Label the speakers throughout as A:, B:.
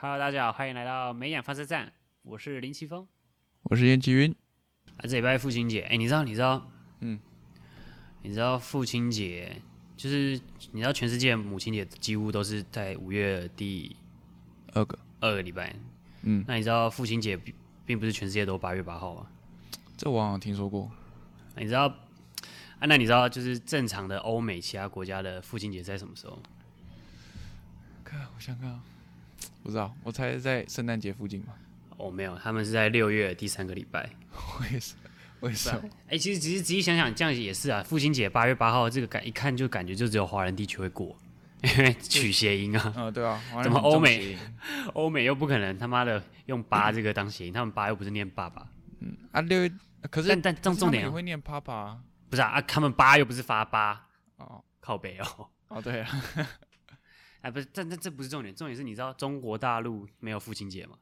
A: 好，欢迎来到美养发射站，我是林奇峰。
B: 我是燕齐云。
A: 啊，这礼拜父亲节，哎，你知道，你知道，
B: 嗯，
A: 你知道父亲节就是你知道全世界母亲节几乎都是在五月第
B: 二个，
A: 二个礼拜，
B: 嗯，
A: 那你知道父亲节并并不是全世界都八月八号吗？
B: 这我好像听说过。
A: 你知道啊？那你知道就是正常的欧美其他国家的父亲节在什么时候？
B: 看，我想看啊，不知道，我猜在圣诞节附近吧。
A: 哦，没有，他们是在六月第三个礼拜。
B: 我也是，我也是。
A: 哎、其实其实仔细想想，这样也是啊。父亲节八月八号，这个感一看就感觉就只有华人地区会过，因为取谐音啊。
B: 嗯，对啊，好像
A: 怎么
B: 很重
A: 欧美
B: 谐音
A: 欧美又不可能他妈的用八这个当谐音，他们八又不是念爸爸。
B: 啊？六月，可是
A: 但但
B: 可
A: 重
B: 是
A: 重
B: 他们
A: 点
B: 也
A: 啊
B: 会念 Papa 啊
A: 不是啊啊，他们八又不是发八，
B: 哦
A: 靠北哦。
B: 哦，对啊，
A: 哎，不是，但但这不是重点，重点是你知道中国大陆没有父亲节吗？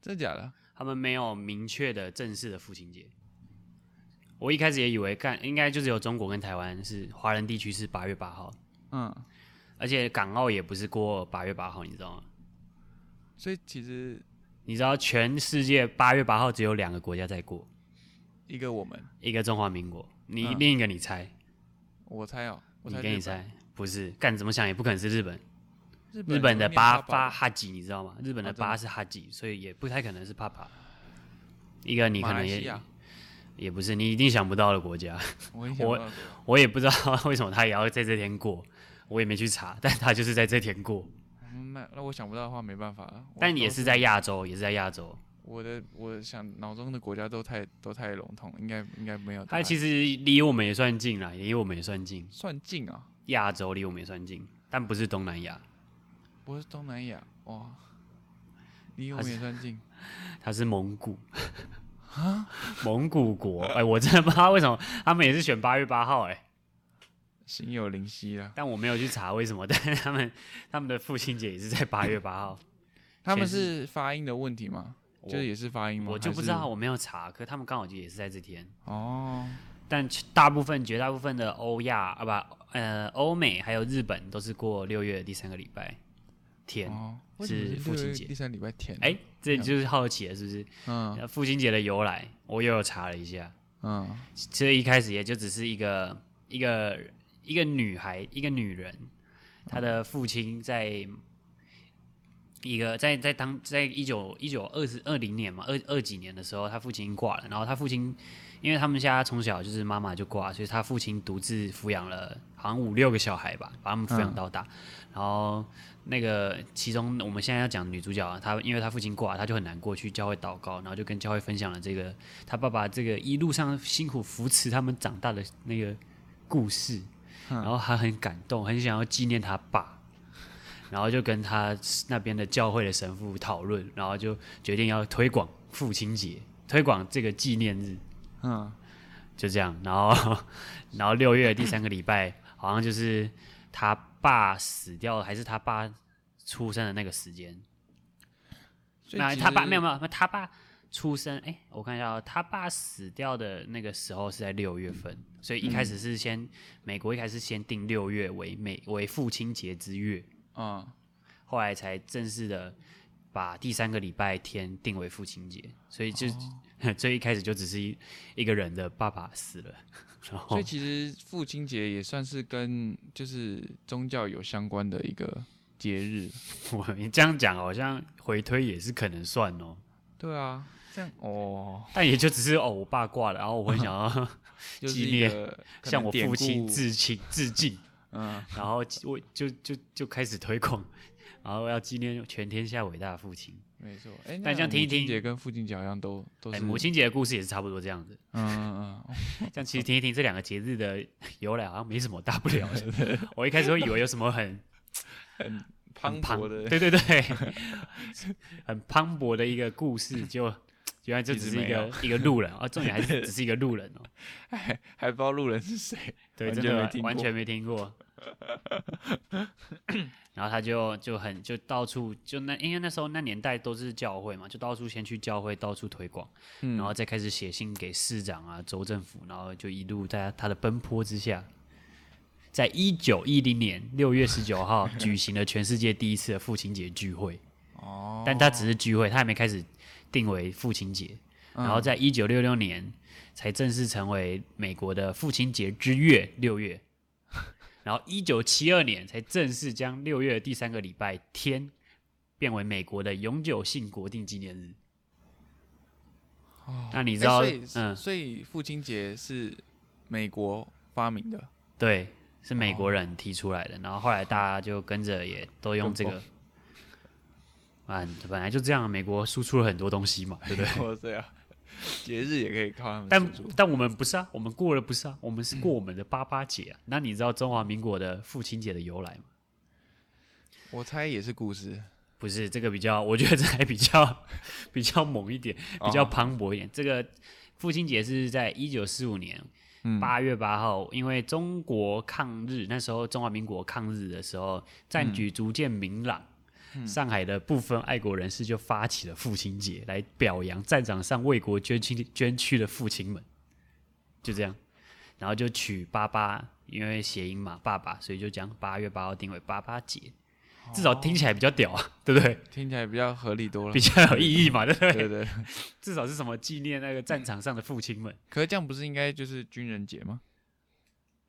B: 真的假的？
A: 他们没有明确的正式的父亲节。我一开始也以为干应该就只有中国跟台湾是华人地区是八月八号，
B: 嗯，
A: 而且港澳也不是过八月八号，你知道吗？
B: 所以其实
A: 你知道全世界八月八号只有两个国家在过，
B: 一个我们，
A: 一个中华民国，你、
B: 嗯
A: 另一个你猜，
B: 我猜哦，我
A: 你
B: 猜
A: 跟你
B: 日本，
A: 猜，不是干怎么想也不可能是日本。
B: 日本
A: 日本的
B: 念
A: 八
B: Papa
A: 发哈吉，你知道吗？日本的
B: 哦真的
A: 八是哈吉，所以也不太可能是帕帕。一个你可
B: 马
A: 能
B: 来西
A: 也
B: 亚，
A: 也不是，你一定想不到的国家，
B: 我也想
A: 我
B: 到了
A: 我也不知道 为什么他也要在这天过，我也没去查， 但他就是在这天过，
B: 嗯那那我想不到的话没办法啊了。我
A: 但
B: 都
A: 也是在亚洲，也是在亚洲。
B: 我的，我想脑中的国家都太都太笼统，应该应该没有答
A: 他
B: 案。
A: 其实离我们也算近啦，离我们也算近，
B: 算近啊，
A: 亚洲离我们也算近，但不是东南亚，
B: 不是东南亚哇，离我们也算近。
A: 它是蒙古。
B: 啊
A: 蒙古国，哎、我真的不知道为什么他们也是选八月八号、哎。
B: 心有灵犀啊，
A: 但我没有去查为什么，但 是他们他们的父亲节也是在八月八号，
B: 他们
A: 全是
B: 是发音的问题吗？
A: 我
B: 就是也是发音吗？
A: 我就
B: 嗯还
A: 不
B: 是
A: 知道，我没有查，可他们刚好就也是在这天。
B: 哦。
A: 但其大部分绝大部分的欧亚啊不呃欧美还有日本都是过六月的第三个礼拜天。
B: 哦，为什么
A: 是
B: 六
A: 父亲
B: 月
A: 节
B: 第三礼拜天。
A: 哎、这就是好奇了，是不是？
B: 嗯
A: 呃父亲节的由来，我又有查了一下，
B: 嗯，
A: 其实一开始也就只是一个一个一个女孩，一个女人，她的父亲在一个在在当在一九一九二十二零年嘛，二二几年的时候，她父亲挂了，然后她父亲，因为他们家从小就是妈妈就挂，所以她父亲独自抚养了好像五六个小孩吧，把他们抚养到大，然后。那个，其中我们现在要讲的女主角啊，她因为她父亲挂，她就很难过，去教会祷告，然后就跟教会分享了这个他爸爸这个一路上辛苦扶持他们长大的那个故事，然后他很感动，很想要纪念他爸，然后就跟他那边的教会的神父讨论，然后就决定要推广父亲节，推广这个纪念日，
B: 嗯，
A: 就这样。然后， 然后六月第三个礼拜，好像就是他爸死掉了，还是他爸出生的那个时间，
B: 所以
A: 那
B: 其
A: 他爸
B: 实
A: 没有没有，没有他爸出生，哎、我看一下哦，他爸死掉的那个时候是在六月份，所以一
B: 嗯
A: 开始是先、美国一开始先定六月为美为父亲节之月，
B: 嗯，
A: 哦后来才正式的把第三个礼拜天定为父亲节，所以就、
B: 哦
A: 所以一开始就只是一一个人的爸爸死了，然
B: 所
A: 后
B: 以其实父亲节也算是跟就是宗教有相关的一个节日。
A: 哦我 们这样讲好像回推也是可能算哦，
B: 对啊，这样哦，
A: 但也就只是哦我爸挂了，然后我很想要
B: 就是
A: 纪
B: 一
A: 念
B: 个可
A: 向
B: 能
A: 我
B: 典
A: 父亲
B: 故
A: 致敬致敬。
B: 嗯，
A: 然后我就就就开始推广，然后要纪念全天下伟大的父亲。
B: 没错。哎，
A: 但
B: 那
A: 这样听一
B: 母亲
A: 听
B: 节跟父亲节好像都都
A: 哎，
B: 是
A: 母亲节的故事也是差不多这 样子。
B: 嗯嗯嗯，
A: 这样其实听一听这两个节日的由来，好像没什么大不了 的。我一开始会以为有什么很
B: 磅
A: 磅
B: 礴的，
A: 对对对， 很磅礴的一个故事，就原来就
B: 其
A: 只
B: 实
A: 是一
B: 没
A: 个
B: 有
A: 一个路人啊，重点还是只是一个路人哦。
B: 还还不知道路人是谁。
A: 对，
B: 完
A: 真
B: 全没
A: 的
B: 听
A: 完
B: 过
A: 全没听 过。然后他就就很就到处就那因为那时候那年代都是教会嘛，就到处先去教会到处推广，
B: 嗯
A: 然后再开始写信给市长啊、州政府，然后就一路在他的奔波之下，在一九一零年六月十九号举行了全世界第一次的父亲节聚会。
B: 哦，嗯
A: 但它只是聚会，它还没开始定为父亲节。然后在一九六六年才正式成为美国的父亲节之月六月， 然后一九七二年才正式将六月的第三个礼拜天变为美国的永久性国定纪念日。
B: 哦
A: 那你
B: 哎
A: 知道
B: 所以，
A: 嗯
B: 所以父亲节是美国发明的，
A: 对，是美
B: 哦
A: 国人提出来的，然后后来大家就跟着也都用这个。啊，本来就这样，美国输出了很多东西嘛，对 不对？
B: 我这样，哦啊节日也可以靠他们
A: 但
B: 庆祝
A: 但我们不是啊，我们过了不是啊，我们是过我们的八八节啊。那你知道中华民国的父亲节的由来吗？
B: 我猜也是故事，
A: 不是这个比较， 我觉得这还比较 比较猛一点，比较磅礴一点。这个父亲节是在一九四五年
B: 嗯
A: 八月八号，因为中国抗日那时候中华民国抗日的时候，战局逐渐明朗。上海的部分爱国人士就发起了父亲节，来表扬战场上为国捐躯捐躯的父亲们，就这样，然后就取八八，因为谐音嘛，爸爸，所以就将八月八号定为八八节，至少听起来比较屌啊，对不对？
B: 听起来比较合理多了
A: 比。较有意义嘛，对不对？
B: 对 对，
A: 至少是什么纪念那个战场上的父亲们。
B: 可是这样不是应该就是军人节吗？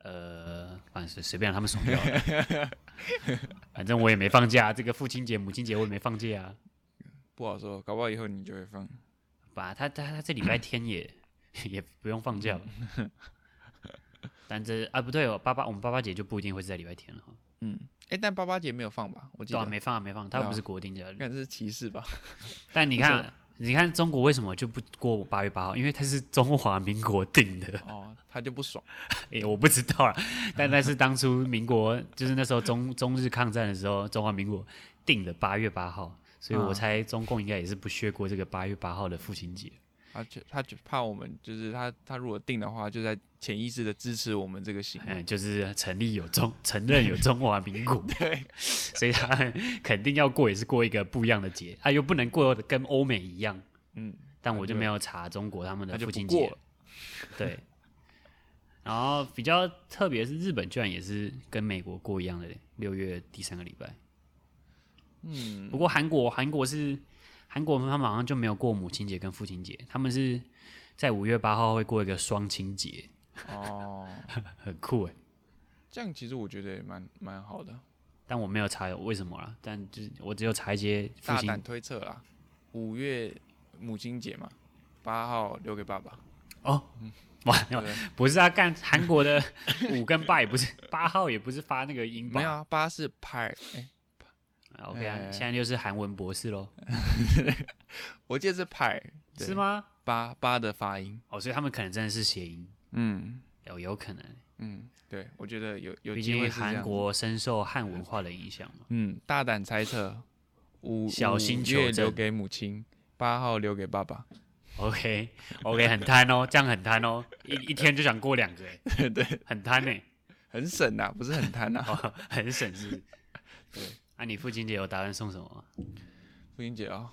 A: 呃，反正随便让他们爽掉啊了， 反正我也没放假，这个父亲节、母亲节我也没放假啊。
B: 不好说，搞不好以后你就会放。
A: 把他他他这礼拜天也 也不用放假了。但这啊不对哦，爸爸我们爸爸节就不一定会是在礼拜天了哈，
B: 嗯，哎、但八八节没有放吧？我记
A: 对啊，
B: 得，
A: 没放啊没放，他
B: 对啊
A: 不是国定假日。
B: 看是歧视吧？
A: 但你
B: 不
A: 看你看中国为什么就不过八月八号？因为它是中华民国定的。
B: 哦，他就不爽。
A: 诶、我不知道啦，但但是当初民国就是那时候中中日抗战的时候，中华民国定的八月八号，所以我
B: 嗯
A: 猜中共应该也是不削过这个八月八号的父亲节。
B: 他就他就怕我们，就是他他如果定的话，就在潜意识的支持我们这个 行为。
A: 嗯，就是成立有中承认有中华民国，
B: 对，
A: 所以他肯定要过也是过一个不一样的节，啊，又不能过得跟欧美一样。
B: 嗯，
A: 但我就没有查中国他们
B: 那
A: 的
B: 就
A: 父亲
B: 不
A: 节
B: 过
A: 了
B: 了。。
A: 对，然后比较特别是日本居然也是跟美国过一样的六月第三个礼拜。
B: 嗯，
A: 不过韩国韩国是韩国，他们好像就没有过母亲节跟父亲节，他们是在五月八号会过一个双亲节，
B: 哦，
A: 很酷哎。
B: 这样其实我觉得也蛮蛮好的，
A: 但我没有查有为什么啦，但就是我只有查一些父
B: 大
A: 亲
B: 胆推测啦，五月母亲节嘛，八号留给爸爸，
A: 哦。哇，
B: 对嗯不对
A: 不是啊，干韩国的五跟八也不是，八号也不是发那个英镑。
B: 没有啊，八是 part，哎，
A: 啊 OK 啊，
B: 哎
A: 现在就是韩文博士喽，
B: 我记得是 part，对
A: 是吗？
B: 八八的发音，
A: 哦，所以他们可能真的是谐音，
B: 嗯
A: 有有可能，
B: 嗯，对，我觉得有有
A: 毕
B: 机会
A: 竟
B: 是这
A: 韩
B: 样，
A: 国深受汉文化的影响嘛。
B: 嗯，大胆猜测，五
A: 小心
B: 五
A: 求
B: 月
A: 证
B: 留给母亲，八号留给爸 爸，
A: OK OK，很贪哦，这样很贪哦，一一天就想过两个，哎，
B: 对，
A: 很贪呢、
B: 很省呐、不是很贪呐、啊
A: 哦，很省事。
B: 对，
A: 那、你父亲节有打算送什么吗？
B: 父亲节啊，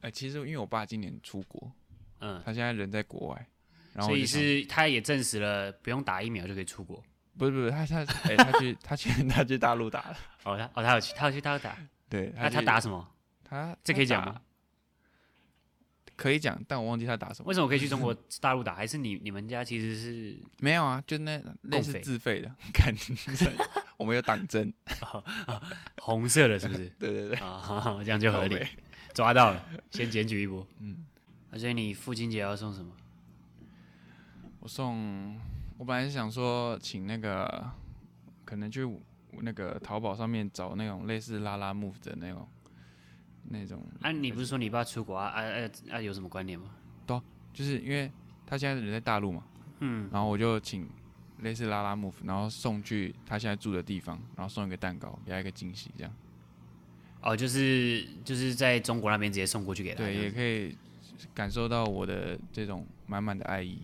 B: 哎、其实因为我爸今年出国，
A: 嗯，
B: 他现在人在国外，然后
A: 所
B: 我
A: 以
B: 就想
A: 是他也证实了不用打疫苗就可以出国。
B: 不是不是，他他哎、他去他去 他去大陆打了，
A: 哦，他哦他有去，他有去，他有打，
B: 对，
A: 那他
B: 去
A: 打什么？
B: 他
A: 这可以讲？
B: 他
A: 吗
B: 打？可以讲，但我忘记他打什么。
A: 为什么可以去中国大陆打？还是你你们家其实是
B: 没有啊，就那类
A: 共
B: 似
A: 匪
B: 自费的，看 我们有党争，
A: 红色的，是不是？
B: 对对 对，
A: 啊、好好这样就合
B: 靠
A: 理
B: 北，
A: 抓到了，先检举一波。
B: 嗯
A: 啊所以你父亲节要送什么？
B: 我送，我本来是想说请那个，可能去那个淘宝上面找那种类似拉拉 move 的那种，那种，
A: 啊，你不是说你爸出国啊？啊啊啊，有什么观点吗？
B: 就是因为他现在人在大陆嘛，
A: 嗯，
B: 然后我就请类似拉拉 move，然后送去他现在住的地方，然后送一个蛋糕，给他一个惊喜，这样。
A: 哦，就是就是在中国那边直接送过去给他。这
B: 对，也
A: 样子
B: 可以感受到我的这种满满的爱意。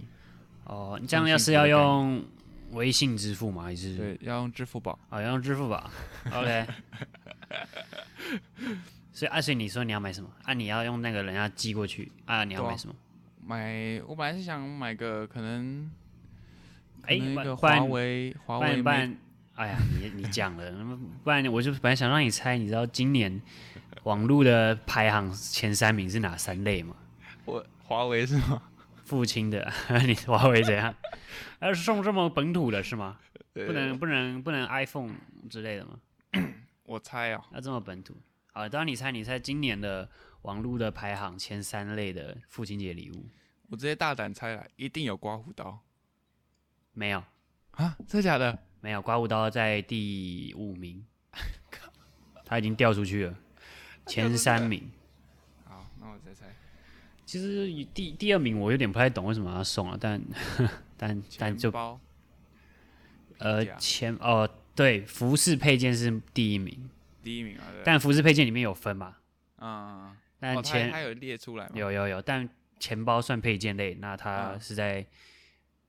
A: 哦，你这样要是要用微信支付吗？还是
B: 对，要用支付宝。
A: 哦，要用支付宝 ？OK。所以阿啊水，所以你说你要买什么？啊，你要用那个人家寄过去啊？你要
B: 对啊
A: 买什么？
B: 买，我本来是想买个可能，可
A: 哎
B: 能一个
A: 不然
B: 华为华
A: 不然
B: 为
A: 不
B: Mate
A: 然，哎呀，你你讲了，那么不然我就本来想让你猜，你知道今年网络的排行前三名是哪三类吗？
B: 我华为是吗？
A: 父亲的， 你华为怎样？而送这么本土的是吗？不能不能不能 iPhone 之类的吗？
B: 我猜啊，
A: 要这么本土？好，当然你猜，你猜今年的网络的排行前三类的父亲节礼物
B: 我直接大胆猜了，一定有刮胡刀
A: 没有？
B: 啊？真的假的？
A: 没有，刮胡刀在第五名， 他已经掉出去了，前三名。
B: 好，那我再猜，
A: 其实第第二名我有点不太懂为什么要送了，啊但 但但就
B: 钱包
A: 呃
B: 皮夹
A: 前哦对，服饰配件是第一名，
B: 第一名啊，对，
A: 但服饰配件里面有分嘛？
B: 嗯，
A: 但
B: 哦它
A: 钱、
B: 它有列出来吗？
A: 有有有，但钱包算配件类，那它
B: 嗯
A: 是在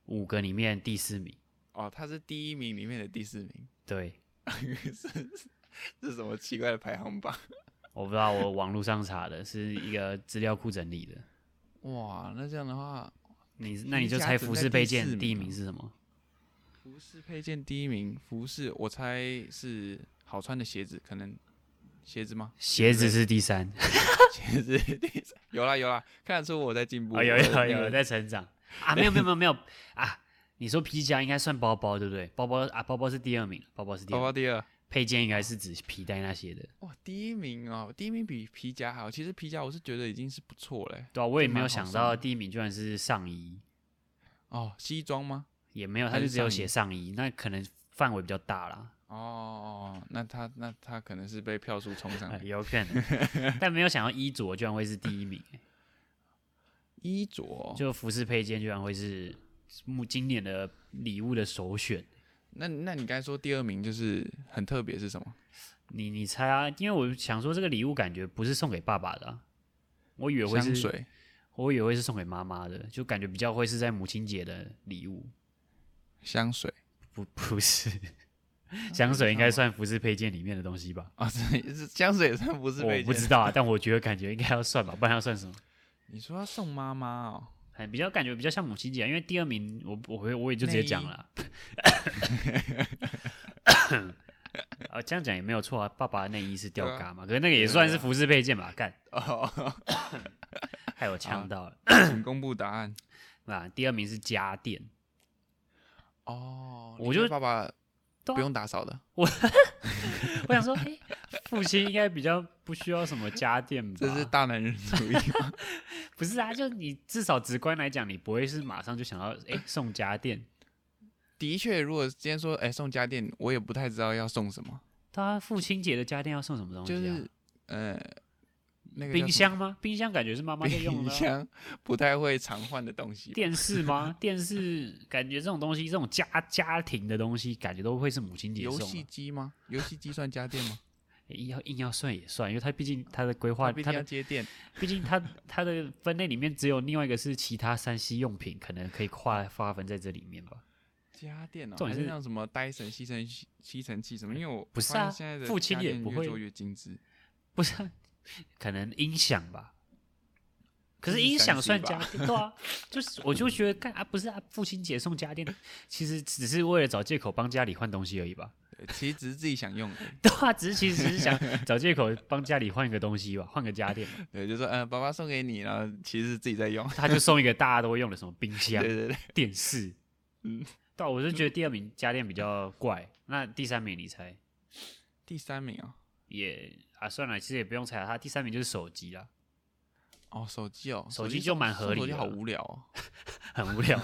A: 五个里面第四名。
B: 哦，它是第一名里面的第四名，
A: 对，
B: 是是什么奇怪的排行榜？
A: 我不知道，我网络上查的是一个资料库整理的。
B: 哇，那这样的话，
A: 你那你就
B: 皮夹
A: 猜
B: 子
A: 服
B: 在
A: 饰
B: 第
A: 配
B: 四
A: 件第一
B: 名啊
A: 名是什么？？
B: 服饰配件第一名，服饰我猜是好穿的鞋子，可能鞋子吗
A: 鞋子是第三，
B: 鞋子第三，有啦有啦，看得出我在进步，
A: 啊、有
B: 我
A: 有
B: 没
A: 有在成 长啊！没有没有没有没有啊！你说皮夹应该算包包对不对？包包啊，包包是第二名，包包是第
B: 包
A: 二
B: 包
A: 名，
B: 第二。
A: 配件应该是指皮带那些的。
B: 哇，第一名哦，第一名比皮夹好。其实皮夹我是觉得已经是不错嘞。
A: 对啊，我也
B: 这
A: 没有
B: 蛮好
A: 想
B: 送
A: 到
B: 的
A: 第一名居然是上衣，
B: 哦，西装吗？
A: 也没有，
B: 还
A: 他就是只有
B: 上衣
A: 写上衣，那可能范围比较大啦，
B: 哦，那他那他可能是被票数冲上
A: 啊
B: 来。
A: 有可能， 但没有想到衣着居然会是第一名、
B: 衣着哦，
A: 就服饰配件居然会是目今年的礼物的首选。
B: 那那你刚才说第二名就是很特别是什么？
A: 你你猜啊？因为我想说这个礼物感觉不是送给爸爸的啊、我以为会
B: 香
A: 是
B: 水
A: 我以为是送给妈妈的，就感觉比较会是在母亲节的礼物，
B: 香水
A: 不不是。香水应该算服饰配件里面的东西吧？
B: 啊，这是香水也算不是
A: 我
B: 被
A: 不知道啊，但我觉得感觉应该要算吧，不然要算什么？
B: 你说要送妈妈哦，
A: 哎，比较感觉比较像母亲节啊，因为第二名我我会我也就直接讲 了啊。啊，这样讲也没有错啊，爸爸的内衣是吊
B: 对啊
A: 嘎嘛，可是那个也算是服饰配件吧？干，
B: 哦，
A: 害
B: 啊
A: 我呛到了。
B: 请公布答案
A: 啊，第二名是家电，
B: 哦。
A: 我
B: 你
A: 就
B: 的爸爸
A: 对啊
B: 不用打扫的，
A: 我想说，哎、父亲应该比较不需要什么家电吧？
B: 这是大男人主义 吗
A: 不是啊？就你至少直观来讲，你不会是马上就想要哎、送家电。
B: 的确，如果今天说哎送家电，我也不太知道要送什么。
A: 他父亲节的家电要送什么东西
B: 就
A: 啊？
B: 是呃，那个叫
A: 冰
B: 什么
A: 箱吗？冰箱感觉是妈妈在用
B: 冰
A: 的啊、
B: 箱不太会常换的东西。
A: 电视吗？电视感觉这种东西，这种家家庭的东西，感觉都会是母亲节
B: 游
A: 送
B: 戏
A: 啊。
B: 机吗？游戏机算 家电吗？
A: 诶硬要硬要算也算，因为它毕竟它的规
B: 它
A: 划，
B: 必
A: 它
B: 定 要
A: 的
B: 接电。
A: 毕竟它它的分类里面只有另外一个是其他三 C 用品，可能可以划划分在这里面吧。
B: 家电哦，
A: 重
B: 还
A: 点
B: 是
A: 是
B: 像什么戴森吸尘器、吸尘器什么？因为我
A: 不是
B: 发现
A: 啊
B: 现在的
A: 父亲
B: 家
A: 也
B: 电
A: 不
B: 越
A: 会
B: 做越精致。
A: 不是 啊，可能音响吧。可是
B: 这是
A: 音响
B: 3C
A: 算
B: 吧
A: 家电，对啊，就是 我就觉得干啊，不是啊，父亲节送家电，其实只是为了找借口帮家里换东西而已吧？
B: 对其实只是自己想用而已，
A: 对啊，只是其实只是想找借口帮家里换一个东西吧，换个家电嘛，
B: 对，就说呃，爸爸送给你，然后其实是自己在用。
A: 他就送一个大家都会用的什么冰
B: 对
A: 箱、
B: 对对，
A: 电视，
B: 嗯
A: 嗯，对啊，我是觉得第二名家电比较怪，那第三名你猜
B: 第三名哦，
A: 也啊，算了，其实也不用猜了，他第三名就是手机啦，
B: 哦，手机哦，
A: 手机
B: 机
A: 就
B: 送
A: 蛮合
B: 送
A: 理
B: 手机
A: 的
B: 好无聊哦。
A: 很无聊，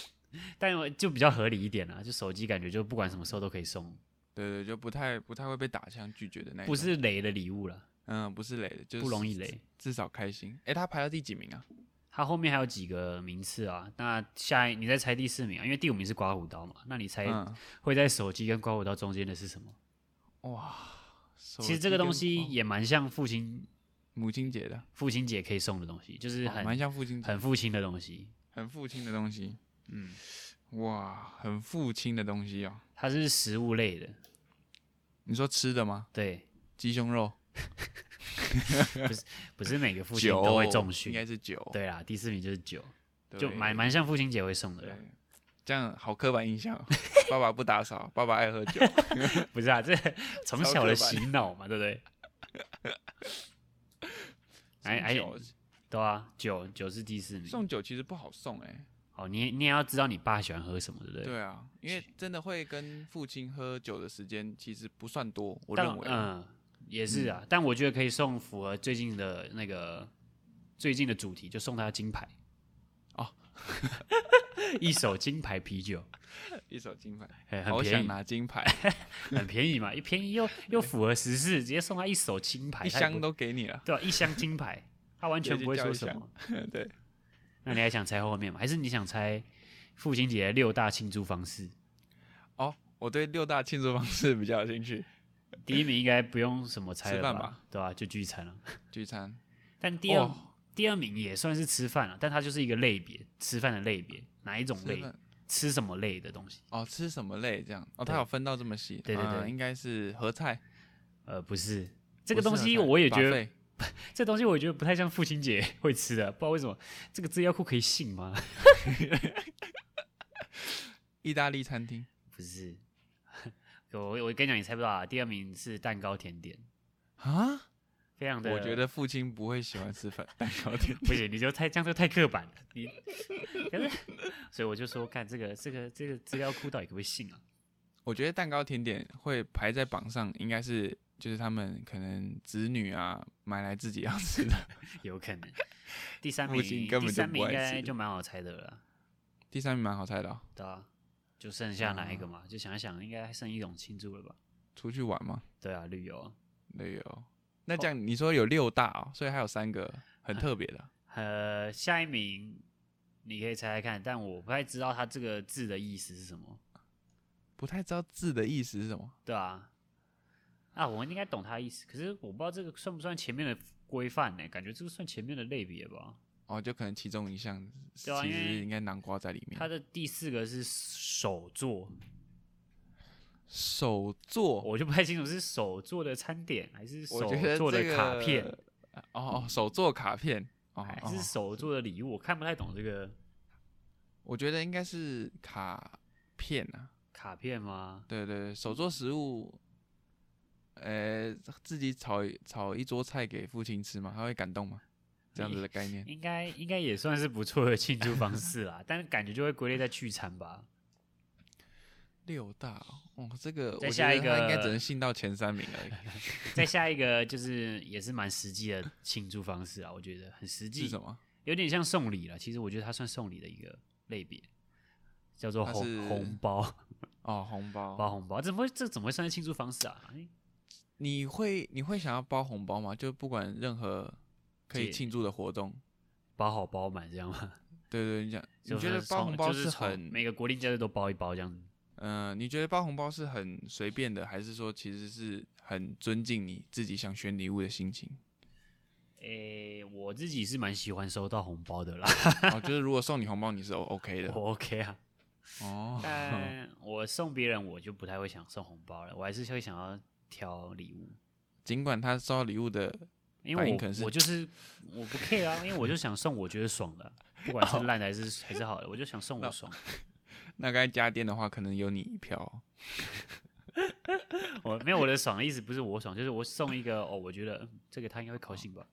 A: 但我就比较合理一点啊啦。就手机感觉就不管什么时候都可以送，
B: 对对，就不太不太会被打枪拒绝的那一种。
A: 不是雷的礼物了，
B: 嗯，不是累的，就是
A: 不容易雷。
B: 至少开心。哎，他排到第几名啊？
A: 它后面还有几个名次啊？那下一你再猜第四名啊，因为第五名是刮胡刀嘛。那你猜
B: 嗯，
A: 会在手机跟刮胡刀中间的是什么？
B: 哇，手
A: 其实这
B: 机
A: 个东
B: 跟
A: 西
B: 哦
A: 也蛮像父亲
B: 母亲节的，
A: 父亲节可以送的东西，就是
B: 哦蛮
A: 很
B: 像父亲节，
A: 很父亲的东西。
B: 很父亲的东西。
A: 嗯，
B: 哇，很父亲的东西哦。
A: 它是食物类的，
B: 你说吃的吗？
A: 对，
B: 鸡胸肉、
A: 不是每个父亲
B: 酒
A: 都会中
B: 应
A: 训。
B: 该是酒，
A: 对啦，第四名就是酒，
B: 对，
A: 就蛮蛮像父亲节会送的
B: 对
A: 啦。。
B: 这样好刻板印象哦，爸爸不打扫，爸爸爱喝酒。
A: 不是啊，这 从
B: 超
A: 小
B: 刻
A: 的
B: 板
A: 洗脑嘛，对不对？ 哎哎，
B: 酒
A: 对啊，酒酒是第四名。
B: 送酒其实不好送哎、
A: 哦，你也你也要知道你爸喜欢喝什么，对不对？
B: 对啊，因为真的会跟父亲喝酒的时间其实不算多，我
A: 但
B: 认为。嗯
A: 嗯，也是啊，但我觉得可以送符合最近的那个最近的主题，就送他金牌
B: 哦，
A: 一手金牌啤 酒，
B: 一手金牌，
A: 哎很
B: 好
A: 便
B: 想
A: 宜，
B: 拿金牌，
A: 很便宜嘛，一便宜 又又符合时事，直接送他一手金牌，
B: 一
A: 他也
B: 箱
A: 不
B: 都给你了。
A: 对啊，一箱金牌，他完全
B: 直接
A: 不会
B: 叫
A: 说
B: 一
A: 什
B: 箱
A: 么。
B: 对，
A: 那你还想猜后面吗？还是你想猜父亲节六大庆祝方式？
B: 哦，我对六大庆祝方式比较有兴趣。
A: 第一名应该不用什么猜
B: 吃
A: 了
B: 饭
A: 吧
B: 吧？
A: 对啊吧、就聚餐了。
B: 聚餐，
A: 但第二、
B: 哦
A: 第二名也算是吃饭了，但它就是一个类别，吃饭的类别，哪一种
B: 吃
A: 类，
B: 饭
A: 吃什么类的东西？
B: 哦，吃什么类这样？哦，
A: 对
B: 它有分到这么细。
A: 对对
B: 嗯
A: 对
B: 应该是合菜。
A: 呃，不是这个
B: 不
A: 东
B: 是啊
A: 西，
B: 合菜
A: 我也觉得
B: buffet
A: 这东西我也觉得不太像父亲节会吃的，不知道为什么这个资料库可以信吗？
B: 意大利餐厅
A: 不是， 我我跟你讲，你猜不到啊。第二名是蛋糕甜点，
B: 啊，
A: 非常的，
B: 我觉得父亲不会喜欢吃饭蛋糕店。
A: 不行，你就太这样就太刻板了，你可是，所以我就说，看这个这个这个资料库到底可不可以信啊？
B: 我觉得蛋糕甜点会排在榜上，应该是就是他们可能子女啊买来自己要吃的。
A: 有可能。第三
B: 父
A: 名，
B: 亲根
A: 第
B: 本就
A: 三
B: 不
A: 名应
B: 爱
A: 该
B: 吃
A: 就蛮好猜的了啦，
B: 第三名蛮好猜的、哦，
A: 对啊，就剩下哪一个嘛？就想一想，应该还剩一种庆祝了吧？
B: 出去玩吗？
A: 对啊，旅游啊，
B: 旅游。那这样你说有六大哦，所以还有三个很
A: 啊
B: 特别的。
A: 呃，下一名你可以猜猜看，但我不太知道它这个字的意思是什么，
B: 不太知道字的意思是什么。
A: 对啊，啊，我应该懂它的意思，可是我不知道这个算不算前面的规范呢？感觉这个算前面的类别吧。
B: 哦，就可能其中一项其
A: 对啊因为
B: 实应该南瓜在里面
A: 它。的第四个是手作，
B: 手作，
A: 我就不太清楚是手做的餐点还是
B: 我
A: 手
B: 觉得
A: 做的
B: 这个
A: 卡片，。
B: 哦哦，手作卡片。哦
A: 还
B: 哦
A: 是，手做的礼物，我看不太懂这个
B: 我觉得应该是卡片啊。
A: 卡片吗？
B: 对对对，手做食物，呃，自己炒一炒一桌菜给父亲吃嘛，他会感动吗？这样子的概 念。
A: 应该应该也算是不错的庆祝 方式啦，但是感觉就会归类在聚餐吧。
B: 六大哦，哦这个
A: 再
B: 我觉
A: 下
B: 得
A: 一个
B: 他应该只能信到前三名 而已。
A: 再下一个就是也是蛮实际的庆祝方式啊，我觉得很实
B: 是
A: 际
B: 什，么？
A: 有点像送礼了。其实我觉得它算送礼的一个类别，叫做
B: 它是
A: 红红包
B: 哦，红包。
A: 包红包，怎么会这怎么会算是庆祝方式啊？哎
B: 你会你会想要包红包吗？就不管任何可以
A: 节
B: 庆祝的活动。
A: 包好包满这样吗？
B: 对对，你讲，你
A: 就
B: 觉得
A: 是
B: 包
A: 从
B: 红包
A: 就是从
B: 很，
A: 每个国定假日都包一包这样子？
B: 嗯、你觉得包红包是很随便的，还是说其实是很尊敬你自己想选礼物的心情？
A: 诶、我自己是蛮喜欢收到红包的啦，
B: 哦，就是如果送你红包，你是 O OK 的。
A: 我 OK 啊。
B: 哦，
A: 但我送别人，我就不太会想送红包了，我还是会想要挑礼物，
B: 尽管他收到礼物的，
A: 因
B: 反
A: 为
B: 应
A: 我
B: 可能是
A: 我就是我不 care 啊，因为我就想送我觉得爽的，不管
B: 哦
A: 是烂的还是还是好的，我就想送我爽的。
B: 那该家电的话，可能有你一票。
A: 我没有我的爽的意思不是我爽，就是我送一个哦，我觉得嗯这个他应该会高兴 吧，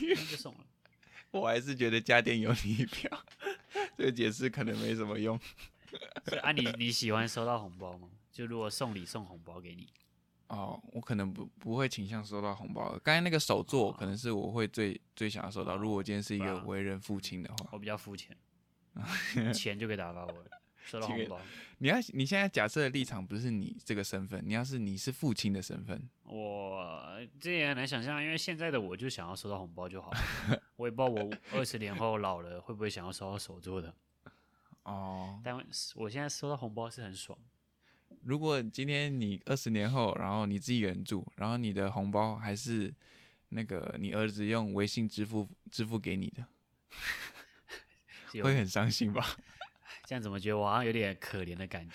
A: 那就送了。
B: 我还是觉得家电有你一票，这个解释可能没什么用。
A: 所以啊你，你喜欢收到红包吗？就如果送礼送红包给你，
B: 哦，我可能不不会倾向收到红包的。刚才那个手作可能是我会最最想要收到。如果我今天是一
A: 对
B: 个
A: 啊
B: 为人父亲的话，
A: 我比较肤 浅，钱就可以打发我了。收到红包，
B: 你要你现在假设的立场不是你这个身份，你要是你是父亲的身份，
A: 我这也很难想象，因为现在的我就想要收到红包就好了。 我也不知道我二十年后老了会不会想要收到手做的，
B: 哦，
A: 但我现在收到红包是很爽。
B: 如果今天你二十年后，然后你自己一个人住，然后你的红包还是那个你儿子用微信支付支付给你的，
A: 有
B: 会很伤心吧？
A: 这样怎么觉得我好像有点可怜的感觉？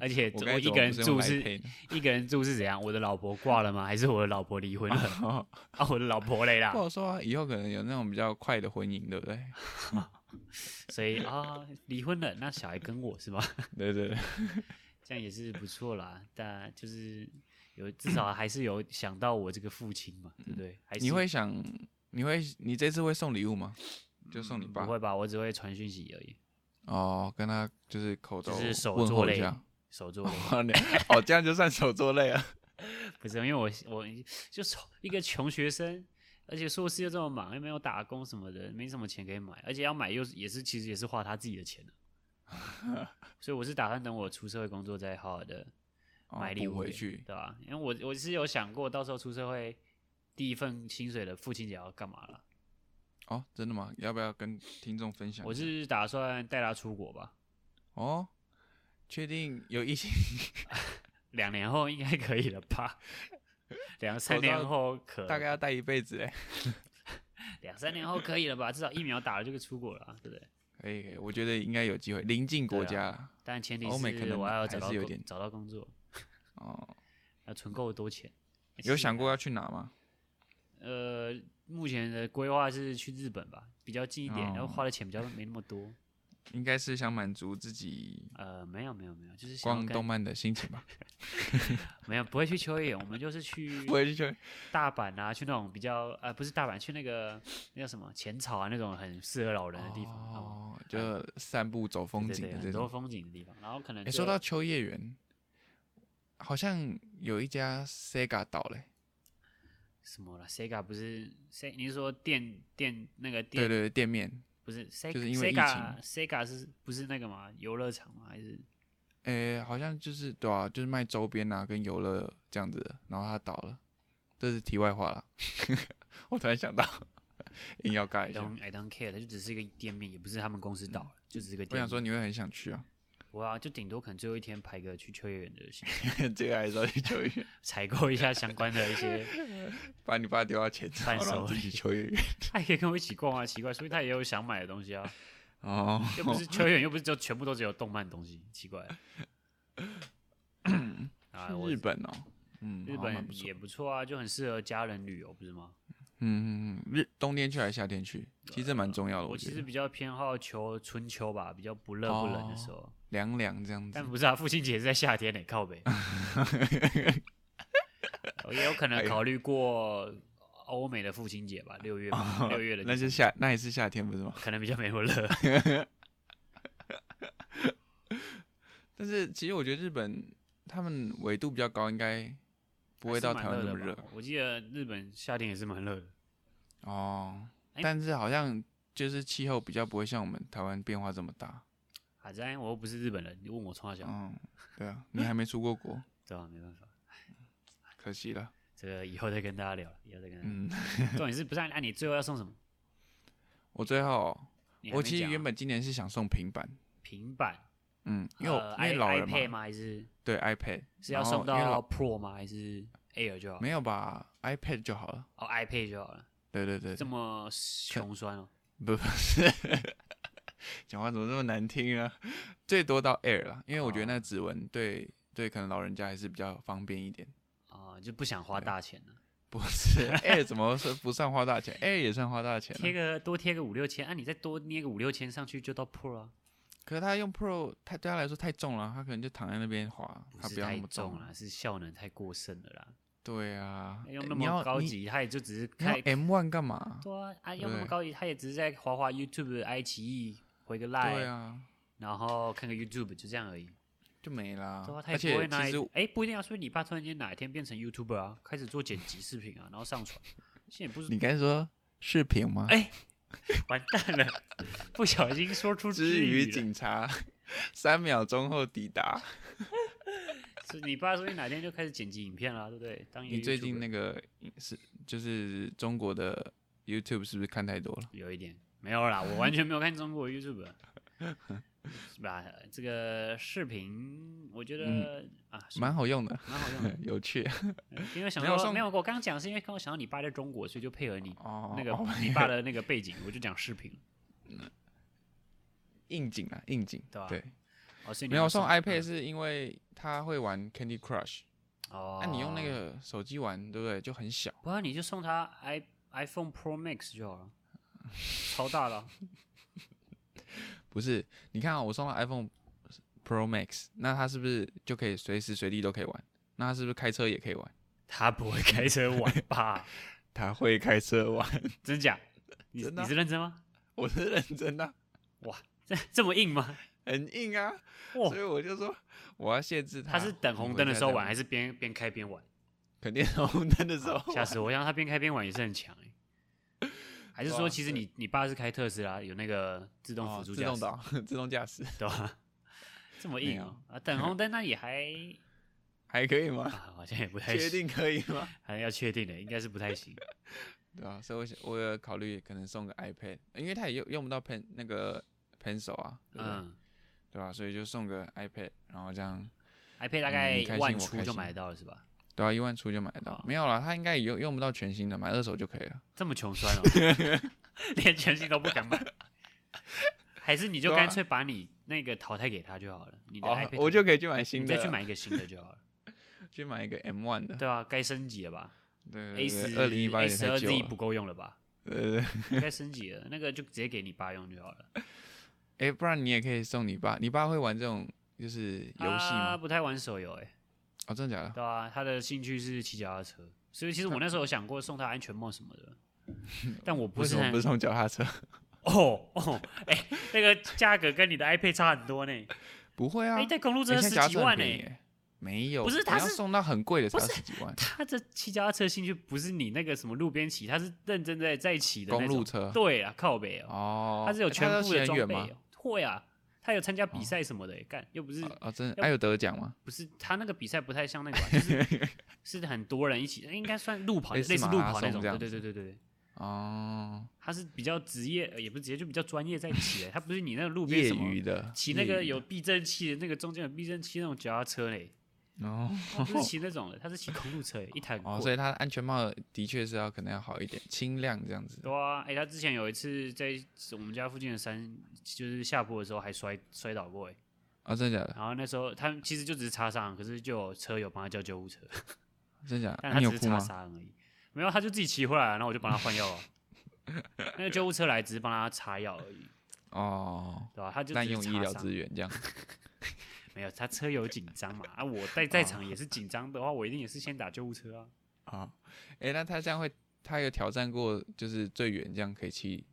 A: 而且
B: 哎我
A: 我
B: 该
A: 一
B: 怎
A: 哎
B: 么
A: 个人
B: 不是
A: 住
B: 用
A: 是
B: 来 配呢
A: 一个人住是怎样？我的老婆挂了吗？还是我的老婆离婚了？
B: 哦
A: 啊，我的老婆嘞啦
B: 不。好说啊，以后可能有那种比较快的婚姻，对不对？
A: 所以啊，离婚了，那小孩跟我是吧？
B: 对对对，
A: 这样也是不错啦。但就是有至少还是有想到我这个父亲嘛，对不对？还是
B: 你会想你会你这次会送礼物吗？就送你爸
A: 嗯不会吧？我只会传讯息而已，
B: 哦，跟他就是口头
A: 就是手
B: 问
A: 作
B: 候一
A: 类
B: 下。
A: 手 作类
B: 哦，这样就算手作类啊。
A: 不是，因为我我就从一个穷学生，而且硕士又这么忙，又没有打工什么的，没什么钱可以买，而且要买又是也是其实也是花他自己的钱的、 所以我是打算等我出社会工作再好好的
B: 哦
A: 买礼
B: 补
A: 物
B: 回
A: 给
B: 去
A: 对吧、因为我我是有想过，到时候出社会第一份薪水的父亲节要干嘛了。
B: 哦，真的吗？要不要跟听众分享一下？
A: 我是打算带他出国吧，
B: 哦，确定有疫情？
A: 两年后应该可以了吧？ 两三年后可
B: 大概要待一辈子哎。
A: 两三年后可以了吧？至少疫苗打了就可以出国了啊、对不对？
B: 可以，可以，我觉得应该有机会。临近国
A: 对
B: 家
A: 啊
B: 啦
A: 但前提
B: 欧美可
A: 是
B: 能
A: 我要
B: 还
A: 找到
B: 是有
A: 工
B: 点
A: 找到工作，
B: 哦，
A: 要存够多钱。
B: 有想
A: 过？
B: 过要去哪吗？
A: 呃，目前的规划是去日本吧，比较近一点，
B: 哦
A: 然后花的钱比较没那么多。
B: 应该是想满足自己
A: 呃，没有没有没有，就是想要
B: 逛
A: 跟
B: 动漫的心 情吧。
A: 没有不会去秋叶原，我们就是 去
B: 我也是觉得，
A: 大阪啊，去那种比较呃不是大阪，去那个那叫什么浅草啊那种很适合老人的地方，好吗
B: 哦，就散步走风
A: 对
B: 景
A: 对对，
B: 的
A: 很
B: 这
A: 多
B: 种。
A: 风景的地方。然后可能
B: 哎，
A: 就
B: 说到秋叶原，好像有一家 Sega 倒嘞。
A: 什么了，Sega 不是 Se，你是说店店那个店
B: 对对对，店面。
A: 不是 Sega？
B: 就是因为疫
A: Sega Sega 是不是那个嘛游乐场吗？还是
B: 诶，好像就是对啊，就是卖周边啊，跟游乐这样子的，然后它倒了，这是题外话啦。 我突然想到， 硬要尬
A: I
B: 一下。
A: don't I don't care，它就只是一个店面，也不是他们公司倒了，就只是个
B: 我
A: 店
B: 想
A: 面。
B: 说你会很想去啊，
A: 我啊，就顶多可能最后一天排个去秋叶原的行程，
B: 这个还是要去秋叶 原，
A: 采购一下相关的一些。
B: 把你爸丢到前
A: 伴
B: 然后
A: 手
B: 让自己秋叶原。
A: 他也可以跟我一起逛啊，奇怪，所以他也有想买的东西啊。
B: 哦，
A: 又不是秋叶原，又不是就全部都只有动漫东西，奇怪。 啊，我
B: 日本哦，嗯，
A: 日
B: 好像
A: 本
B: 蛮不错。
A: 也不错啊，就很适合家人旅游，不是吗？
B: 嗯嗯嗯，日冬天去还是夏天去，其实这蛮重要的，
A: 呃我
B: 觉
A: 其实
B: 得。哦
A: 比较偏好求春秋吧，比较不热不冷的时候。
B: 凉凉这 样子
A: 但，不是啊，父亲节是在夏天呢、靠 北。我哦也有可
B: 哎
A: 能考虑过欧美的父亲节吧，六月吧，六月的
B: 哦那是夏，那也是夏天不是吗？
A: 可能比较没有热。
B: 但是其实我觉得日本他们纬度比较高，应该不会到台湾那
A: 还是
B: 么
A: 蛮
B: 热
A: 的吧。我记得日本夏天也是蛮热的，
B: 哦。
A: 哎
B: 但是好像就是气候比较不会像我们台湾变化这么大。
A: 反正我又不是日本人，你问我从哪讲，
B: 嗯，对啊，你还没出 过国，
A: 对吧、没办法，
B: 可惜了。
A: 这个以后再跟大家聊了，以后再跟大家
B: 嗯，
A: 聊。重点是不是按、啊、你最后要送什么？
B: 我最后
A: 你还
B: 我
A: 没
B: 其实
A: 讲啊
B: 原本今年是想送平板，
A: 平板，
B: 嗯，因为我
A: 呃
B: 因为
A: i
B: 老
A: iPad
B: 人嘛，
A: 吗？还是
B: 对 iPad
A: 是要
B: 然后
A: 送
B: 因为
A: 到
B: 老
A: Pro 吗？还是 Air 就好？
B: 没有吧，iPad 就好了。
A: 哦，iPad 就好了。
B: 对对对，
A: 这么穷酸哦，
B: 不不是， 讲话怎么这么难听啊？最多到 Air 啦，因为我觉得
A: 哦
B: 那指纹对对，可能老人家还是比较方便一点。
A: 啊、就不想花大钱了，
B: 不 是 Air 怎么是不算花大钱？Air 也算花大钱、
A: 贴
B: 啊。
A: 个多贴个五六千，啊，你再多捏个五六千上去就到破了、啊，
B: 可是他用 Pro，他对他来说太重了，他可能就躺在那边滑，
A: 不
B: 他不
A: 是
B: 要
A: 太
B: 那么
A: 重。了，是效能太过剩了啦，
B: 对啊，
A: 用
B: 哎
A: 那
B: 你
A: 么
B: 要
A: 高
B: 你
A: 级，它也就只是
B: 你要
A: 开，
B: M One 干嘛？
A: 对啊，啊，用那么
B: 对
A: 高级，它也只是在滑滑 YouTube、爱奇艺回个 Line，
B: 对啊，
A: 然后看个 YouTube 就这样而已，
B: 就没啦
A: 对啊，。他
B: 而
A: 也不
B: 且
A: 会拿
B: 其
A: 来
B: 实，
A: 哎、不一定要说你爸突然间哪一天变成 YouTuber 啊，开始做剪辑视频啊，然后上传，现在也不是
B: 你刚才说视频吗？
A: 哎完蛋了，不小心说 出
B: 至于
A: 语了。
B: 警察， 三秒钟后抵达。
A: 是你爸说你哪天就开始剪辑影片啊啦，对不对？当一个
B: 你最近
A: YouTuber
B: 那个影是就是中国的 YouTube 是不是看太多了？
A: 有一点没有啦，我完全没有看中国 YouTube，是吧？这个视频我觉得、啊是
B: 嗯蛮好用的，，
A: 蛮好用的
B: 有趣
A: 因为想
B: 没有
A: 说
B: 送
A: 没有，我刚刚讲是因为刚刚想到你爸在中国，所以就配合你、
B: 哦。
A: 那个
B: 哦
A: 你爸的那个背景，我就讲视频，
B: 应景啊，应景，
A: 对吧
B: 对，
A: 哦，所以你
B: 没有
A: 要
B: 送
A: 送
B: iPad 是因为他会玩 Candy Crush，
A: 哦，
B: 那你用那，个手机玩，对不对？就很小。
A: 不然你就送他 i iPhone Pro Max 就好了，超大了，
B: 不是，你看啊，我送了 iPhone Pro Max，那它是不是就可以随时随地都可以玩？那它是不是开车也可以玩？
A: 他不会开车玩吧？
B: 他会开车玩，
A: 真假？你
B: 真的
A: 你
B: 啊
A: 是认真吗？
B: 我是认真的、
A: 这这么硬吗？
B: 很硬啊，
A: 哇
B: 所以我就说我要限制
A: 哦他是等红灯的时候玩，还
B: 是
A: 是边边开边玩？
B: 肯定是红灯的时候
A: 吓
B: 玩？
A: 死我！我想他边开边玩也是很强哎、还是
B: 哇
A: 说其实
B: 对
A: 你你爸是开特斯拉，有那个自动
B: 哦
A: 辅助
B: 自
A: 驾
B: 动
A: 驶，
B: 导 自动驾驶
A: 对吧？ 这么
B: 没
A: 硬
B: 有
A: 哦、啊！等红灯那也还
B: 还可以
A: 啊，
B: 吗？
A: 好像也不太
B: 确
A: 行，
B: 定可以吗？
A: 还要确定的，应该是不太行。
B: 对啊，所以我想我有考虑可能送个 iPad，因为他也用用不到 pen 那个 pencil 啊，对不对
A: 嗯
B: 对吧、所以就送个 iPad，然后这样
A: ，iPad 大
B: 嗯
A: 概
B: 你开心
A: 万
B: 我
A: 出
B: 开
A: 就
B: 心
A: 买得到了是吧？
B: 对啊，一万出就买得到
A: 好，
B: 没有啦，他应该也用用不到全新的，买二手就可以了。
A: 这么穷 酸哦、连全新都不敢买，还是你就
B: 对啊
A: 干脆把你那个淘汰给他就好了，你的
B: 哦
A: iPad，
B: 我就可以去买新
A: 你
B: 的
A: 再
B: 了，
A: 去买一个新的就好 了。
B: 去买一个 M One 的，
A: 对啊，该升级了吧
B: 对
A: ？A
B: 对
A: 十
B: 对，二零一八
A: A
B: 年
A: 十
B: 太
A: 二
B: 久
A: Z
B: 了
A: 不，够用了吧？
B: 对对对，
A: 该升级了，那个就直接给你爸用就好了。
B: 哎，不然你也可以送你爸，你爸会玩这种就是游戏
A: 他
B: 吗？
A: 啊不太玩手游，哎，
B: 哦，真的假的？
A: 对啊，他的兴趣是骑脚踏车，所以其实我那时候有想过送他安全帽什 么的，但我不
B: 为
A: 是
B: 什么
A: 很
B: 不是送脚踏车？
A: 哦哦，哎、那个价格跟你的 iPad 差很多呢，
B: 不会啊，
A: 哎、在公路
B: 诶
A: 真的
B: 现
A: 十
B: 在脚踏
A: 几
B: 车很
A: 万呢、欸
B: 便宜欸耶，没有，
A: 不是
B: 你
A: 它
B: 要
A: 是
B: 送到很贵的才
A: 不
B: 要
A: 是
B: 十几万，
A: 他这骑脚踏车兴趣不是你那个什么路边骑，他是认真在在骑的那
B: 公路
A: 种。
B: 车
A: 对啊，靠北哦、
B: 哦，
A: 他是有
B: 诶它
A: 全
B: 都
A: 部
B: 骑
A: 的
B: 很
A: 装
B: 远
A: 备、
B: 吗
A: 哦？会啊，他有参加比赛什么的、欸干又不是
B: 哦，真的，
A: 要
B: 还有得奖吗？
A: 不是他那个比赛不太像那个吧，就是 是很多人一起，应该算路跑，
B: 类
A: 类
B: 似
A: 似路跑
B: 哎
A: 那
B: 马拉松
A: 种。
B: 这样
A: 对对对对对，
B: 哦，
A: 他是比较职业，呃也不是职业，就比较专业在骑的。他不是你那个路边
B: 业
A: 什么
B: 余的，
A: 骑那个
B: 业余
A: 有避震器的那个中间有避震器那种脚踏车嘞，
B: 的哦
A: 他不是骑那种的，他是骑公路车嘞，一台
B: 哦，所以它的安全帽的确是要可能要好一点，轻量这样子。
A: 对啊，哎、他之前有一次在我们家附近的山，就是下坡的时候还摔摔倒过哎。
B: 哦，真的假的？
A: 然后那时候他其实就只是擦伤，可是就有车友帮他叫救护车，
B: 真的假的？
A: 但
B: 啊
A: 他
B: 你
A: 只是
B: 有哭
A: 擦
B: 吗？
A: 伤而已。没有，他就自己骑回来，然后我就帮他换药啊。那个救护车来只是帮他擦药而已，
B: 哦，
A: 对吧、他就只
B: 滥
A: 是
B: 用医
A: 擦
B: 疗
A: 伤
B: 资源这样。
A: 没有，他车友紧张嘛，啊，我
B: 哦
A: 在在场也是紧张的话，我一定也是先打救护车啊。
B: 啊，哎，那他这样会，他有挑战过，就是最远这样可以骑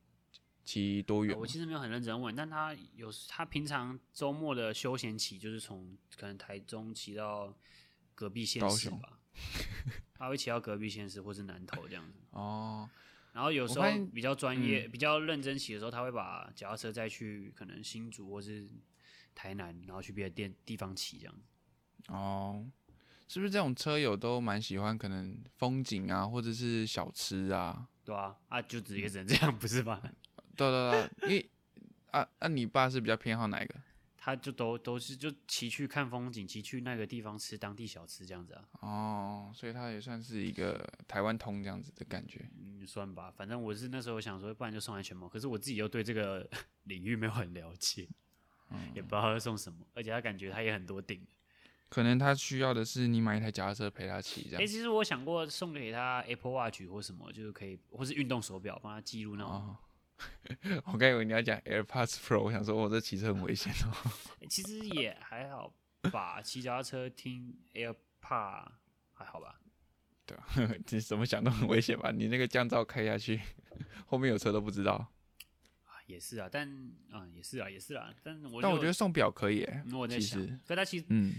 B: 骑多远吗
A: 我？其实没有很认真问，但他有他平常周末的休闲骑就是从可能台中骑到隔壁县市
B: 高雄
A: 吧，他会骑到隔壁县市或是南投这样子。
B: 哦，
A: 然后有时
B: 我
A: 候
B: 发现嗯
A: 比较专业、比较认真骑的时候，他会把脚踏车再去可能新竹或是台南，然后去别的店地方骑这样。
B: 哦，是不是这种车友都蛮喜欢，可能风景啊，或者是小吃 啊？
A: 对啊，啊，就
B: 嗯
A: 只也只能这样，不是吗？
B: 对对对，因为啊啊，你爸是比较偏好哪一个？
A: 他就都都是就骑去看风景，骑去那个地方吃当地小吃这样子啊。
B: 哦，所以他也算是一个台湾通这样子的感觉。
A: 嗯，算吧，反正我是那时候想说，不然就送安全帽。可是我自己又对这个领域没有很了解，
B: 嗯
A: 也不知道要送什么，而且他感觉他也很多顶。
B: 可能他需要的是你买一台脚踏车陪他骑这
A: 哎、
B: 样。
A: 其实我想过送给他 Apple Watch 或什么，就是可以，或是运动手表，帮他记录那种
B: 哦， 我刚以为你要讲 AirPods Pro，我想说我哦这骑车很危险哦。
A: 欸其实也还好吧，骑脚踏车听 AirPod 还好吧？
B: 对啊，你怎么想都很危险吧？你那个降噪开下去， 后面有车都不知道。
A: 啊，也是啊，但啊、也是啊，也是啊，但我
B: 但
A: 就
B: 我觉得送表可以耶、
A: 嗯我在
B: 其
A: 想
B: 实，
A: 可它其实
B: 嗯，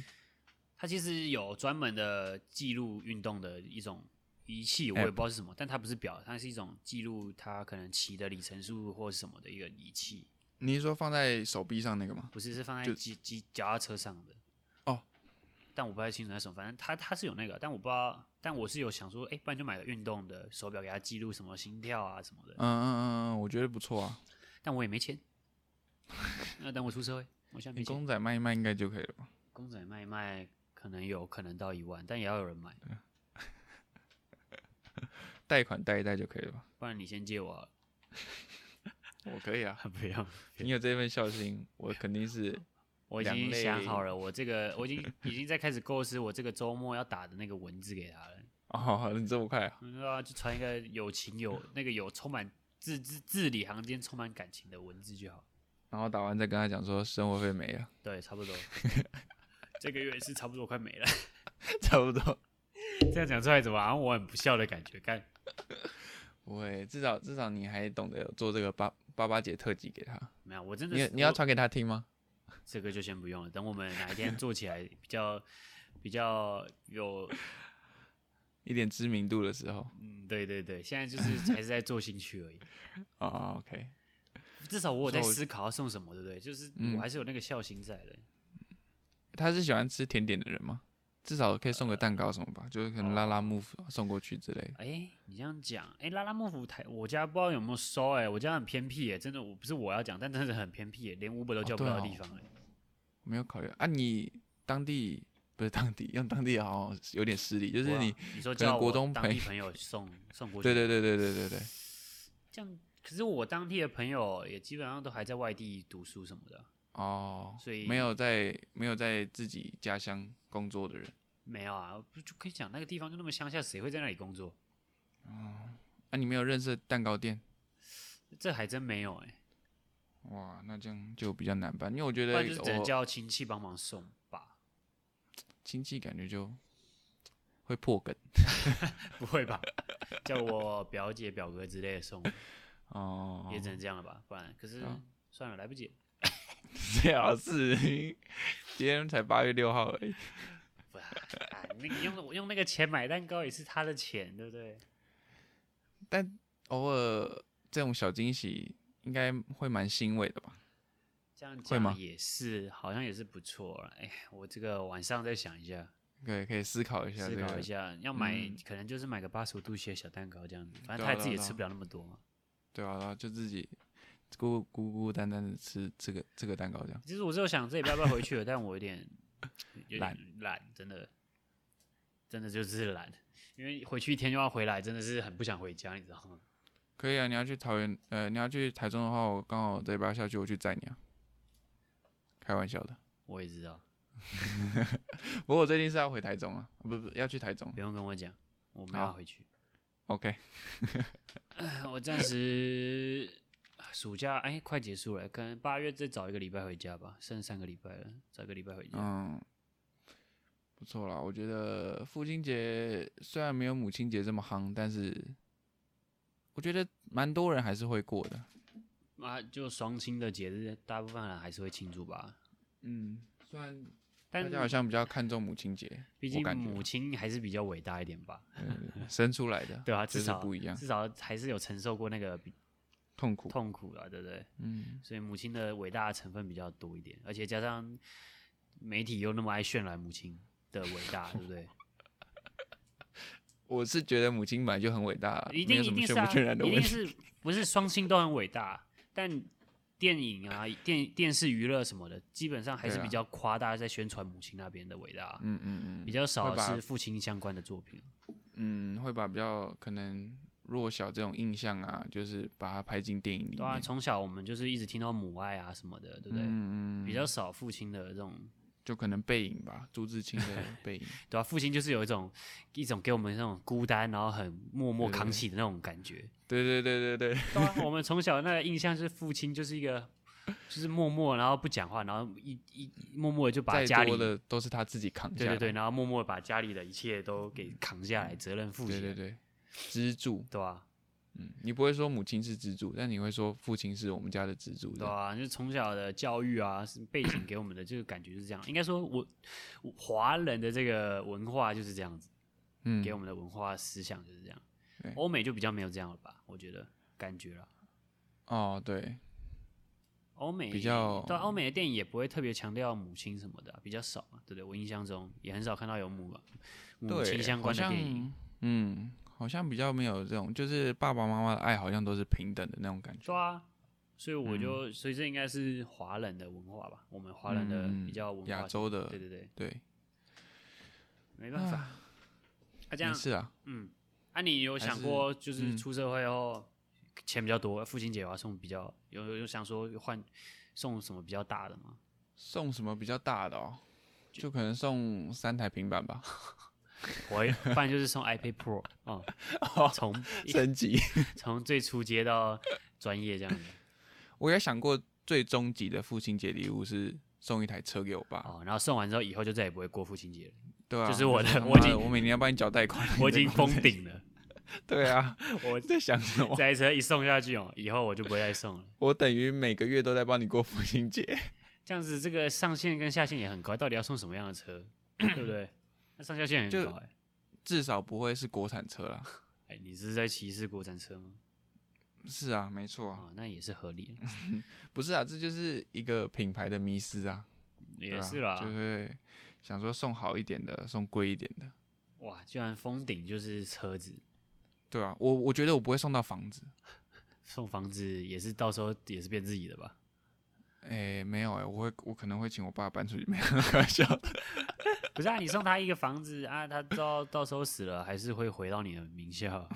A: 它其实有专门的记录运动的一种仪器，我也
B: App
A: 不知道是什么，但它不是表，它是一种记录它可能骑的里程数或什么的一个仪器，
B: 你是说放在手臂上那个吗？
A: 不是是放在
B: 就
A: 机机脚踏车上的。
B: 哦，
A: 但我不太清楚那什么，反正它它是有那个，但我不知道，但我是有想说，哎、不然就买个运动的手表给它记录什么心跳啊什么的。
B: 嗯嗯嗯嗯，我觉得不错啊。
A: 但我也没 钱。那等我出社会，我现在
B: 你
A: 没钱。
B: 公仔卖一卖应该就可以了吧？
A: 公仔卖一卖，可能有可能到一万，但也要有人买，
B: 嗯贷款贷一贷就可以了吧？
A: 不然你先借我好了。
B: 我可以啊，
A: 不用，
B: 你有这份孝心，我肯定是
A: 我已
B: 两
A: 经想
B: 类
A: 好了，我这个我已经已经在开始构思我这个周末要打的那个文字给他了。
B: 哦，你这么快啊？
A: 嗯对啊，就传一个有情有 那个有充满字字字里行间充满感情的文字就好。
B: 然后打完再跟他讲说生活费没了，
A: 对，差 不多。这个月是差不多快没 了，
B: 差不多。
A: 这样讲出来怎么好像我很不孝的感觉？看，
B: 不会，至少至少你还懂得有做这个八八八节特辑给他。
A: 没有，我真的
B: 你
A: 是
B: 你要
A: 我
B: 传给他听吗？
A: 这个就先不用了，等我们哪一天做起来比 较比较有，
B: 一点知名度的时候
A: 嗯，对对对，现在就是还是在做兴趣而已。
B: 啊、o k
A: 至少 我有在
B: 所以我
A: 思考要送什么，对不对？就是
B: 嗯
A: 我还是有那个孝心在的。
B: 他是喜欢吃甜点的人吗？至少可以送个蛋糕什么吧，就是可能拉拉木送过去之类的。
A: 哎、你这样讲，哎、拉拉木府台，我家不知道有没有收、哎，我家很偏僻、哎，真的，我不是我要讲，但真的很偏僻、哎，连 Uber 都叫不
B: 对
A: 到的
B: 哦
A: 地方、哎、
B: 我没有考虑啊，你当地不是当地，用当地好像有点失礼，就
A: 就是
B: 你，
A: 你说
B: 可能
A: 叫
B: 国
A: 我
B: 中
A: 当
B: 朋
A: 地
B: 友
A: 朋友 送送过去，
B: 对对对对对对对，
A: 这样。可是我当地的朋友也基本上都还在外地读书什么的，
B: 哦，
A: 所以
B: 没有在没有在自己家乡工作的人，
A: 没有啊，不就可以讲那个地方就那么乡下，谁会在那里工作？
B: 啊，你没有认识的蛋糕店，
A: 这还真没有哎、
B: 哇，那这样就比较难办，因为我觉
A: 不
B: 得
A: 然就是只能
B: 我
A: 叫亲戚帮忙 送吧？
B: 亲戚感觉就会破梗
A: 不会吧？叫我表姐表哥之类的送，
B: 哦，
A: 也只能这样了吧？不然可是
B: 啊
A: 算了，来不及了。
B: 最好是今天才八月六号而已，
A: 不 啊，啊那个用我用那个钱买蛋糕也是他的钱，对不对？
B: 但偶尔这种小惊喜应该会蛮欣慰的吧？
A: 这样
B: 会吗
A: 讲也是，好像也是不错啊。哎，我这个晚上再想一下，
B: 对，可以思考一下
A: 思
B: 这
A: 考
B: 个
A: 一下，要买、
B: 嗯
A: 可能就是买个八十五度 C 的小蛋糕这样子，反正
B: 对
A: 他
B: 啊对啊
A: 自己也
B: 对啊
A: 吃不了那么多嘛。
B: 对啊，然后就自己孤孤孤单单的吃这个这个蛋糕这样。
A: 其实我是有想这礼拜要不要回去了，但我有点有点
B: 懒
A: 懒，真的真的就是懒，因为回去一天又要回来，真的是很不想回家，你知道吗？
B: 可以啊，你要去桃园，呃，你要去台中的话，我刚好这礼拜要下去，我去载你啊。开玩笑的，
A: 我也知道，
B: 不过我最近是要回台中啊，不不要去台中
A: 不。用跟我讲，我们要
B: 好
A: 回去。
B: OK，
A: 我暂时暑假哎快结束了，可能八月再找一个礼拜回家吧，剩三个礼拜了，找一个礼拜回家。
B: 嗯，不错啦，我觉得父亲节虽然没有母亲节这么夯，但是我觉得蛮多人还是会过的。
A: 啊，就双亲的节日，大部分人还是会庆祝吧。
B: 嗯，虽然大
A: 但
B: 家好像比较看重母亲节，
A: 毕
B: 我
A: 竟
B: 感觉
A: 母亲还是比较伟大一点吧，，
B: 呃生出来的
A: 对啊，
B: 就
A: 至
B: 是
A: 少
B: 不一样，
A: 至少还是有承受过那个比
B: 痛苦。
A: 痛苦了，对不对？
B: 嗯，
A: 所以母亲的伟大的成分比较多一点，而且加上媒体又那么爱渲染母亲的伟大，对不对？
B: 我是觉得母亲本来就很伟大啦，
A: 一
B: 没
A: 定
B: 有
A: 一
B: 什么
A: 定是、
B: 渲
A: 啊、
B: 不渲染的
A: 一定
B: 问题。
A: 是不是双亲都很伟大，但电影啊、电电视娱乐什么的，基本上还是
B: 对啊
A: 比较夸大在宣传母亲那边的伟大，
B: 嗯嗯
A: 比较少
B: 会把
A: 是父亲相关的作品。
B: 嗯嗯，会把比较可能弱小这种印象啊，就是把它拍进电影里
A: 对啊，
B: 面。
A: 从小我们就是一直听到母爱啊什么的，对不对？
B: 嗯嗯，
A: 比较少父亲的这种，
B: 就可能背影吧，朱自清的 背影。
A: 对啊，父亲就是有一种一种给我们那种孤单，然后很默默
B: 对对
A: 扛
B: 对
A: 起的那种感觉。
B: 对对对对对，
A: 对啊，我们从小那个印象是父亲就是一个，就是默默然后不讲话，然后一一一默默地就把家
B: 再
A: 里
B: 多的都是他自己扛下
A: 对
B: 来。
A: 对对，然后默默地把家里的一切都给扛下来，责任负起
B: 嗯对
A: 来，
B: 对对支柱。
A: 对吧？
B: 嗯，你不会说母亲是支柱，但你会说父亲是我们家的支柱。
A: 对
B: 这样
A: 啊，就从小的教育啊，是背景给我们的这个感觉就是这样。应该说我，我华人的这个文化就是这样子，
B: 嗯，
A: 给我们的文化思想就是这样
B: 对。
A: 欧美就比较没有这样了吧？我觉得感觉了，
B: 哦，对，
A: 欧美
B: 比较
A: 对啊欧美的电影也不会特别强调母亲什么的啊、比较少嘛，对不对？我印象中也很少看到有母母
B: 对，
A: 亲相
B: 好
A: 关的电
B: 像
A: 影。
B: 嗯，好像比较没有这种，就是爸爸妈妈的爱好像都是平等的那种感觉。
A: 对啊，所以我
B: 嗯
A: 就、所以这应该是华人的文化吧，我们华人的
B: 嗯
A: 比较文化。
B: 亚洲的，
A: 对对对，
B: 对，
A: 没办法。那、这
B: 没
A: 样，
B: 事嗯啊，
A: 嗯，啊，你有想过就是出社会后、钱比较多，父亲节我要送比较有有有想说换送什么比较大的 吗？
B: 送什么比较大的哦？就可能送三台平板吧，
A: 我也不然就是送 iPad Pro 哦，从
B: 升级。
A: 从最初阶到专业这样子
B: 我也想过最终极的父亲节礼物是送一台车给我爸，
A: 哦，然后送完之后以后 就再也不会过父亲节了，
B: 对啊，
A: 就是我的
B: 就说他
A: 我已
B: 妈
A: 经
B: 我每年要帮你缴贷款，
A: 我已
B: 你在
A: 经
B: 搞
A: 封顶了。
B: 对啊，
A: 我
B: 在想什么？
A: 这台车一送下去哦，以后我就不会再送了。
B: 我等于每个月都在帮你过父亲节。
A: 这样子，这个上限跟下限也很高，到底要送什么样的 车，对不对？那上下限很
B: 就
A: 高哎、
B: 至少不会是国产车啦。
A: 哎，你是在歧视国产车吗？
B: 是啊，没错啊，
A: 哦，那也是合理的，
B: 不是啊，这就是一个品牌的迷失啊，对
A: 也
B: 啊
A: 是啦。
B: 就会想说送好一点的，送贵一点的，
A: 哇，居然封顶就是车子，
B: 对啊，我我觉得我不会送到房子，
A: 送房子也是到时候也是变自己的吧？
B: 哎、没有哎、我会我可能会请我爸搬出去，没有开玩笑 的，
A: 不是啊，你送他一个房子啊，他到到时候死了还是会回到你的名下 啊，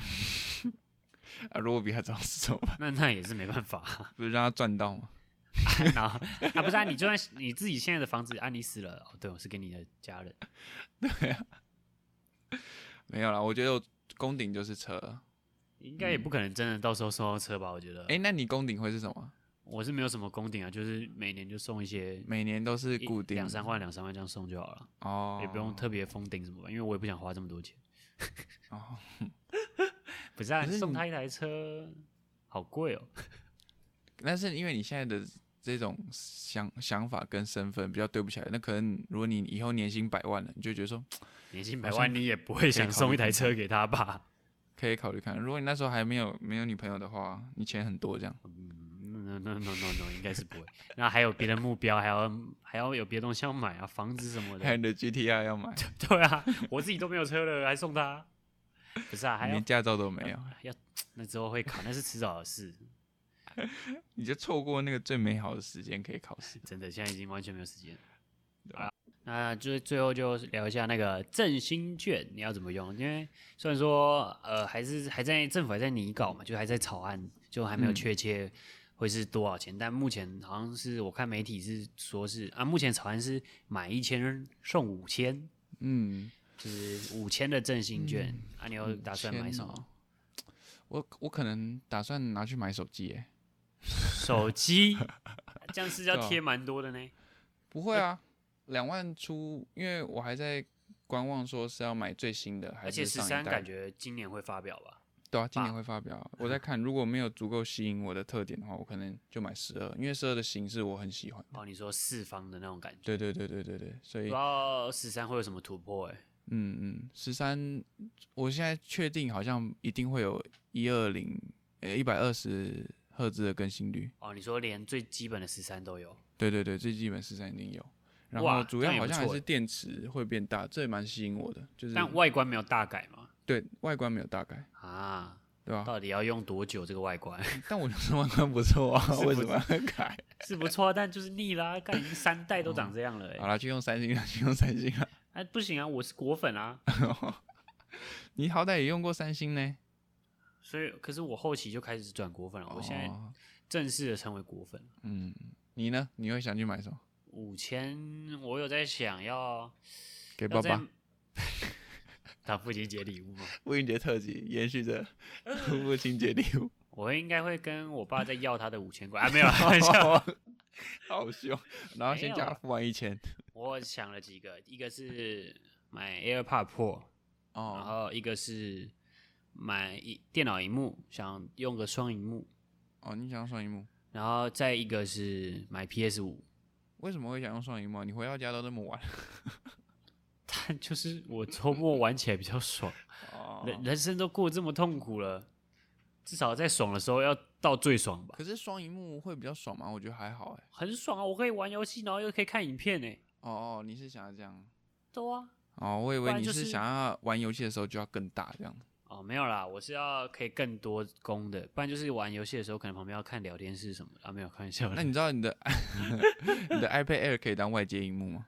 B: 啊，如果比他早死怎么办？
A: 那那也是没办法 啊。
B: 不是让他赚到吗？
A: 然后啊，不是啊，你就算你自己现在的房子啊，你死了，哦，对，我是给你的家人。
B: 没有啦，我觉得我攻顶就是车，
A: 应该也不可能真的到时候送到车吧？我觉得，
B: 哎、那你攻顶会是什么？
A: 我是没有什么功顶啊，就是每年就送一些
B: 每年都是
A: 一
B: 固定
A: 两三万、两三万这样送就好了，
B: 哦，
A: 也不用特别封顶什么吧，因为我也不想花这么多钱。
B: 哦，
A: 不是啊，
B: 可是你
A: 送他一台车好贵哦。
B: 但是因为你现在的这种想想法跟身份比较对不起来，那可能如果你以后年薪百万了，你就觉得说
A: 年薪百万，你也不会想送一台车给他 吧？
B: 可以考虑看。如果你那时候还没有没有女朋友的话，你钱很多这样。
A: 嗯 no no no no no，应该是不会。那还有别的目标，还要还要有别的东西要买啊，房子什么
B: 还
A: 的。
B: 有你的 GTR 要买，
A: 对啊，我自己都没有车了，还送他？不是啊，还
B: 你
A: 要
B: 连驾照都没有，
A: 那之后会考，那是迟早的事。
B: 你就错过那个最美好的时间可以考试。
A: 真的，现在已经完全没有时间。啊，那就是最后就聊一下那个振兴券你要怎么用，因为虽然说呃还是还在政府还在拟稿嘛，就还在草案，就还
B: 嗯
A: 没有确切会是多少钱，但目前好像是我看媒体是说是啊，目前草案是买一千送五千，
B: 嗯，
A: 就是五千的振兴券、啊，你有打算买什么？
B: 天哪？我我可能打算拿去买手机耶。
A: 手机？ 这样是要
B: 对啊
A: 贴蛮多的呢。
B: 不会啊，两万出，因为我还在观望，说是要买最新的，还
A: 而且
B: 是
A: 十
B: 上一
A: 三
B: 代
A: 感觉今年会发表吧？
B: 对啊，今年会发表。我在看，如果没有足够吸引我的特点的话，我可能就买十二，因为十二的形式我很喜欢。
A: 哦，你说四方的那种感觉。
B: 对对对对对对，所
A: 不
B: 以
A: 知道十三会有什么突破、欸？
B: 嗯嗯，十三，我现在确定好像一定会有一二零呃一百二十赫兹的更新率。
A: 哦，你说连最基本的十三都有，
B: 对对对，最基本十三一定有。然
A: 哇
B: 后主
A: 这样也
B: 要好
A: 不
B: 像还
A: 错
B: 是
A: 欸
B: 电池会变大，这也蛮吸引我的，就是
A: 但外观没有大改嘛？
B: 对外观没有大改，
A: 啊，
B: 对吧、
A: 到底要用多久？这个外观
B: 但我觉得外观不错啊，
A: 是
B: 为
A: 不
B: 什么要改？
A: 是不错，啊但就是腻啦，干已经三代都长这样了、欸，
B: 好啦，去用三星啦，去用三星啦。
A: 哎、不行啊，我是果粉 啊，
B: 你好歹也用过三星呢。
A: 所以可是我后期就开始转果粉了，我现在
B: 哦
A: 正式的成为果粉。
B: 嗯，你呢？你会想去买什么？
A: 五千，我有在想要
B: 给
A: 要
B: 爸
A: 在
B: 爸。
A: 打父亲节礼物吗？
B: 父亲节特辑延续着 父亲节礼物，
A: 我应该会跟我爸再要他的五千块啊，没 有啊，开玩笑。
B: 好凶。然后先
A: 没有
B: 加
A: 啦
B: 付完一千。
A: 我想了几个，一个是买 AirPod Pro，然
B: 哦
A: 后一个是买一电脑荧幕，想用个双荧幕，
B: 哦，你想要双荧幕？
A: 然后再一个是买 PS 五。
B: 为什么会想用双荧幕啊？你回到家都这么晚。
A: 但 就是我周末玩起来比较爽，人
B: 哦。
A: 人生都过这么痛苦了，至少在爽的时候要到最爽吧。
B: 可是双荧幕会比较爽吗？我觉得还好哎。
A: 很爽啊！我可以玩游戏，然后又可以看影片呢、
B: 哦哦，你是想要这样？
A: 对啊。
B: 哦，我以
A: 不
B: 为
A: 然
B: 你
A: 就是是
B: 想要玩游戏的时候就要更大这样。
A: 哦，没有啦，我是要可以更多功的，不然就是玩游戏的时候，可能旁边要看聊天室什么的啊，没有开玩笑的。
B: 那你知道你的 你的 iPad Air 可以当外接荧幕吗？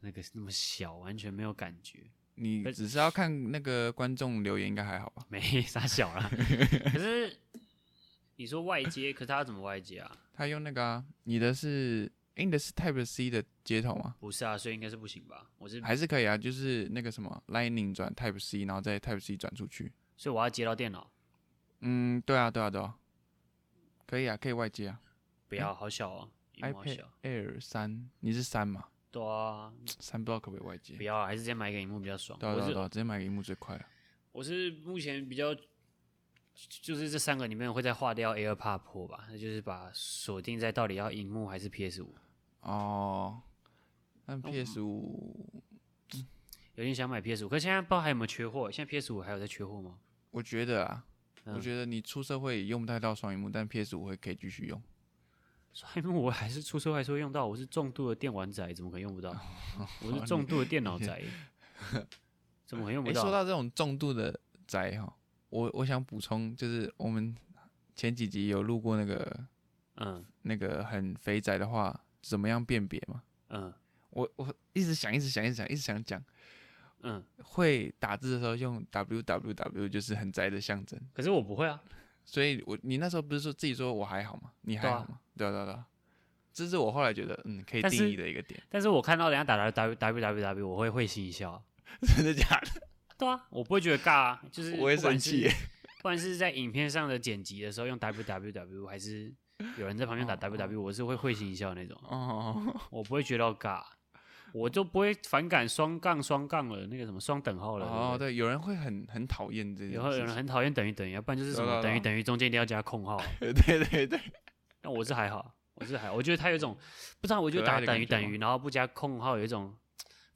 A: 那个那么小，完全没有感觉，
B: 你只是要看那个观众留言，应该还好吧？
A: 没 啥小啦。可是你说外接，可是他要怎么外接啊？
B: 他用那个、啊，你的是，诶你的是 Type C 的接头吗？
A: 不是啊，所以应该是不行吧？我是，
B: 还是可以啊，就是那个什么 Lightning 转 Type C，然后再 Type C 转出去。
A: 所以我要接到电脑，
B: 嗯，对啊，对啊，对啊，可以啊，可以外接啊。
A: 不要，好小哦，屏幕好
B: iPad
A: 小。
B: Air 三，你是三嘛？
A: 对啊，
B: 三不知道可不可以外接
A: 不？要啊，还是直接买一个荧幕比较爽。
B: 对啊，
A: 我
B: 对啊，
A: 是
B: 对啊，直接买个荧幕最快啊。
A: 我是目前比较，就是这三个里面会再划掉 AirPod Pro 吧，那就是把锁定在到底要荧幕还是 PS 五。
B: 哦，但 PS 五、
A: 有点想买 PS 五，可是现在不知道还有没有缺货。现在 PS 五还有在缺货吗？
B: 我觉得啊，我
A: 嗯
B: 觉得你出社会也用不太到双荧幕，但 PS 五会可以继续用。
A: 因为我还是出车还是会用到，我是重度的电玩宅，怎么可能用不到？我是重度的电脑
B: 哦
A: 宅，怎么可能用
B: 诶，
A: 不
B: 哎说
A: 到？啊
B: 到这种重度的宅哈，我我想补充，就是我们前几集有录过那个
A: 嗯
B: 那个很肥宅的话，怎么样辨别嘛？
A: 嗯
B: 我我一直想，一直想，一直想，一直想讲，
A: 嗯，
B: 会打字的时候用 W W W 就是很宅的象征。
A: 可是我不会啊，
B: 所以我你那时候不是说自己说我还好吗？你还
A: 对啊
B: 好吗？对啊对啊对啊，这是我后来觉得嗯可以
A: 但是
B: 定义的一个点，
A: 但是我看到人家打 W W W W，我会会心一笑啊。
B: 真的假的？
A: 对啊，我不会觉得尬啊，就是
B: 我会
A: 不管
B: 生气耶
A: 是，不管是在影片上的剪辑的时候用 W W W，还是有人在旁边打 W W，我是会会心一笑的那种，
B: 哦，
A: 我不会觉得到尬，啊我就不会反感双杠双杠了，那个什么双等号了。
B: 哦
A: 对
B: 对，有人会很很讨厌这
A: 不对，
B: 件
A: 然后有
B: 事
A: 人
B: 情，
A: 很讨厌等于等于，要不然就是什
B: 对啊
A: 么
B: 对啊
A: 等于等于中间一定要加空号。
B: 对对对，
A: 但我是还好，我是还好，我觉得他有一种不知道，我觉得
B: 可爱
A: 打
B: 的
A: 等于等
B: 感觉吗
A: 于，然后不加空号，有一种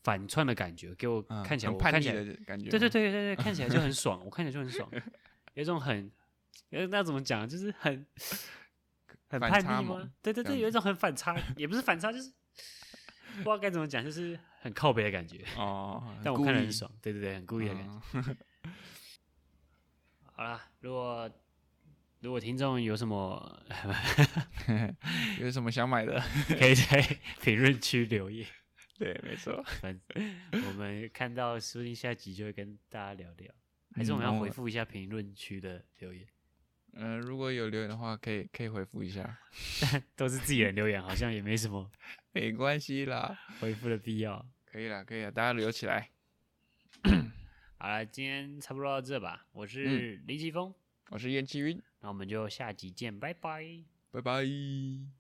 A: 反串的感觉，给我
B: 嗯
A: 看起来
B: 很
A: 我
B: 叛
A: 看
B: 逆
A: 起来
B: 的感觉，
A: 对对，对对对，看起来就很 爽，我看起来就很爽，有一种很，有那怎么讲，啊就是很很
B: 反
A: 叛
B: 差
A: 逆
B: 萌
A: 吗？对对
B: 这样
A: 对，有一种很反差，也不是反差，就是不知道该怎么讲，就是很靠北的感觉。
B: 哦，
A: 但我
B: 故
A: 看得
B: 意
A: 很，爽，对对对，很故意的感觉。
B: 嗯
A: 好啦，如果如果听众有什么
B: 有什么想买的？
A: 可以在 评论区留言，
B: 对，没错，
A: 我们看到说不定下集就会跟大家聊聊，还是我们
B: 嗯
A: 要
B: 我
A: 回复一下评论区的留言，
B: 嗯，如果有留言的话，可以可以回复一下，
A: 都是自己人留言，好像也没什么
B: 没关系啦，
A: 回复的必要。
B: 可以啦，可以啦，大家留起来。
A: 好了，今天差不多到这吧。我是林奇峰，
B: 我是燕七云，
A: 那我们就下集见，拜拜。
B: 拜拜。